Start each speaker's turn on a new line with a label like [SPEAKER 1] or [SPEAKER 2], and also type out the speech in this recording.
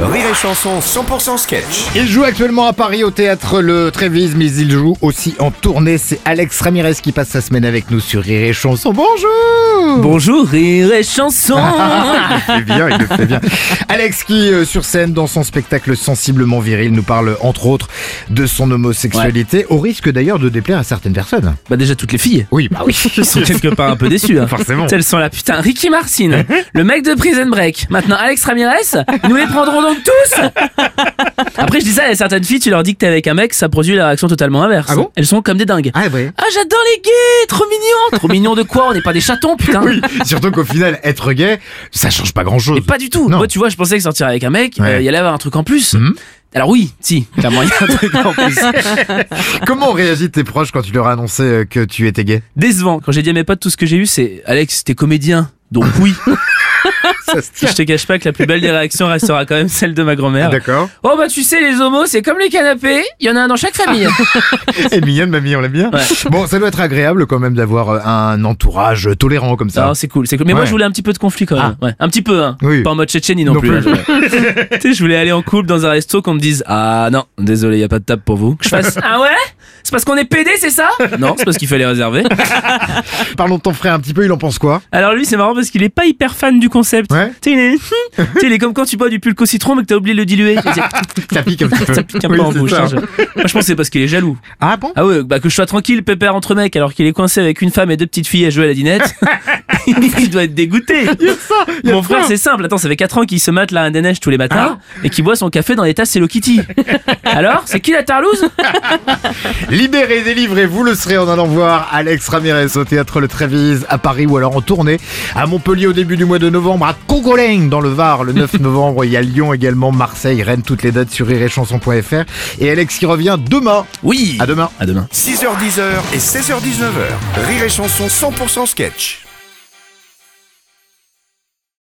[SPEAKER 1] Rire et Chanson 100% sketch.
[SPEAKER 2] Il joue actuellement à Paris au théâtre Le Trévise, mais il joue aussi en tournée. C'est Alex Ramirez qui passe sa semaine avec nous sur Rire et Chanson. Bonjour
[SPEAKER 3] Bonjour, rire et chanson
[SPEAKER 2] Il le fait bien, il le fait bien. Alex qui, euh, sur scène, dans son spectacle sensiblement viril, nous parle entre autres de son homosexualité, au risque d'ailleurs de déplaire à certaines personnes.
[SPEAKER 3] Bah déjà toutes les filles
[SPEAKER 2] Oui, bah oui.
[SPEAKER 3] Elles sont quelque part un peu déçues. hein.
[SPEAKER 2] Forcément.
[SPEAKER 3] Elles sont là, putain, Ricky Marcin, le mec de Prison Break, maintenant Alex Ramirez, nous les prendrons donc tous Après je dis ça à certaines filles, tu leur dis que t'es avec un mec, ça produit la réaction totalement inverse.
[SPEAKER 2] Ah bon
[SPEAKER 3] Elles sont comme des dingues.
[SPEAKER 2] Ah ouais
[SPEAKER 3] Ah j'adore les gays, trop mignons Trop mignons de quoi On n'est pas des chatons, putain
[SPEAKER 2] Oui, surtout qu'au final, être gay, ça change pas grand chose.
[SPEAKER 3] Et pas du tout.
[SPEAKER 2] Non.
[SPEAKER 3] Moi, tu vois, je pensais que sortir avec un mec, euh, il
[SPEAKER 2] Ouais. Mhm.
[SPEAKER 3] y allait avoir un truc en plus. Alors oui, si, clairement, il y a un truc en plus.
[SPEAKER 2] Comment ont réagi tes proches quand tu leur as annoncé euh, que tu étais gay
[SPEAKER 3] Décevant. Quand j'ai dit à mes potes tout ce que j'ai eu, c'est Alex, t'es comédien. Donc oui.
[SPEAKER 2] Ça se
[SPEAKER 3] Je te cache pas que la plus belle des réactions restera quand même celle de ma grand-mère.
[SPEAKER 2] D'accord.
[SPEAKER 3] Oh bah tu sais, les homos, c'est comme les canapés, il y en a un dans chaque famille.
[SPEAKER 2] Ah. Et mignonne, mamie, on l'aime bien. Bon, ça doit être agréable quand même d'avoir euh, un entourage tolérant comme ça.
[SPEAKER 3] Non, c'est cool, c'est cool. Mais moi,
[SPEAKER 2] Ouais. Ah.
[SPEAKER 3] je voulais un petit peu de conflit quand même. Ouais. Un petit peu, hein.
[SPEAKER 2] Oui.
[SPEAKER 3] Pas en mode Tchétchénie non,
[SPEAKER 2] Non
[SPEAKER 3] plus. hein. tu sais, je voulais aller en couple dans un resto qu'on me dise Ah non, désolé, y a pas de table pour vous. Que je fasse Ah ouais C'est parce qu'on est PD, c'est ça Non, c'est parce qu'il fallait réserver.
[SPEAKER 2] Parlons de ton frère un petit peu, il en pense quoi
[SPEAKER 3] Alors lui, c'est marrant parce qu'il est pas hyper fan du concept.
[SPEAKER 2] Ouais.
[SPEAKER 3] Tu sais, il est... tu sais, il est comme quand tu bois du pulque au citron mais que t'as oublié de le diluer. Il dit,
[SPEAKER 2] Ça pique un petit peu.
[SPEAKER 3] Ça pique un
[SPEAKER 2] Oui,
[SPEAKER 3] peu en
[SPEAKER 2] c'est
[SPEAKER 3] bouche.
[SPEAKER 2] ça.
[SPEAKER 3] hein, je- Moi, je pense que c'est parce qu'il est jaloux.
[SPEAKER 2] Ah bon
[SPEAKER 3] Ah ouais, bah que je sois tranquille, pépère entre mecs, alors qu'il est coincé avec une femme et deux petites filles à jouer à la dinette. il doit être dégoûté.
[SPEAKER 2] y a
[SPEAKER 3] Mon
[SPEAKER 2] ça. Ah.
[SPEAKER 3] frère, c'est simple. Attends, ça fait 4 ans qu'il se mate là un des neiges tous les matins et qu'il boit son café dans les tasses Hello Kitty. alors, c'est qui la tarlouse
[SPEAKER 2] Libéré, délivré, vous le serez en allant voir Alex Ramirez au théâtre Le Trévise à Paris ou alors en tournée à Montpellier au début du mois de novembre, à Congolègne dans le Var le 9 novembre. Il y a Lyon également, Marseille, Rennes, toutes les dates sur rirechanson.fr. Et Alex qui revient demain.
[SPEAKER 3] Oui.
[SPEAKER 2] À demain.
[SPEAKER 3] À demain.
[SPEAKER 1] 6h10 et 16h19h. Rire et Chanson 100% sketch.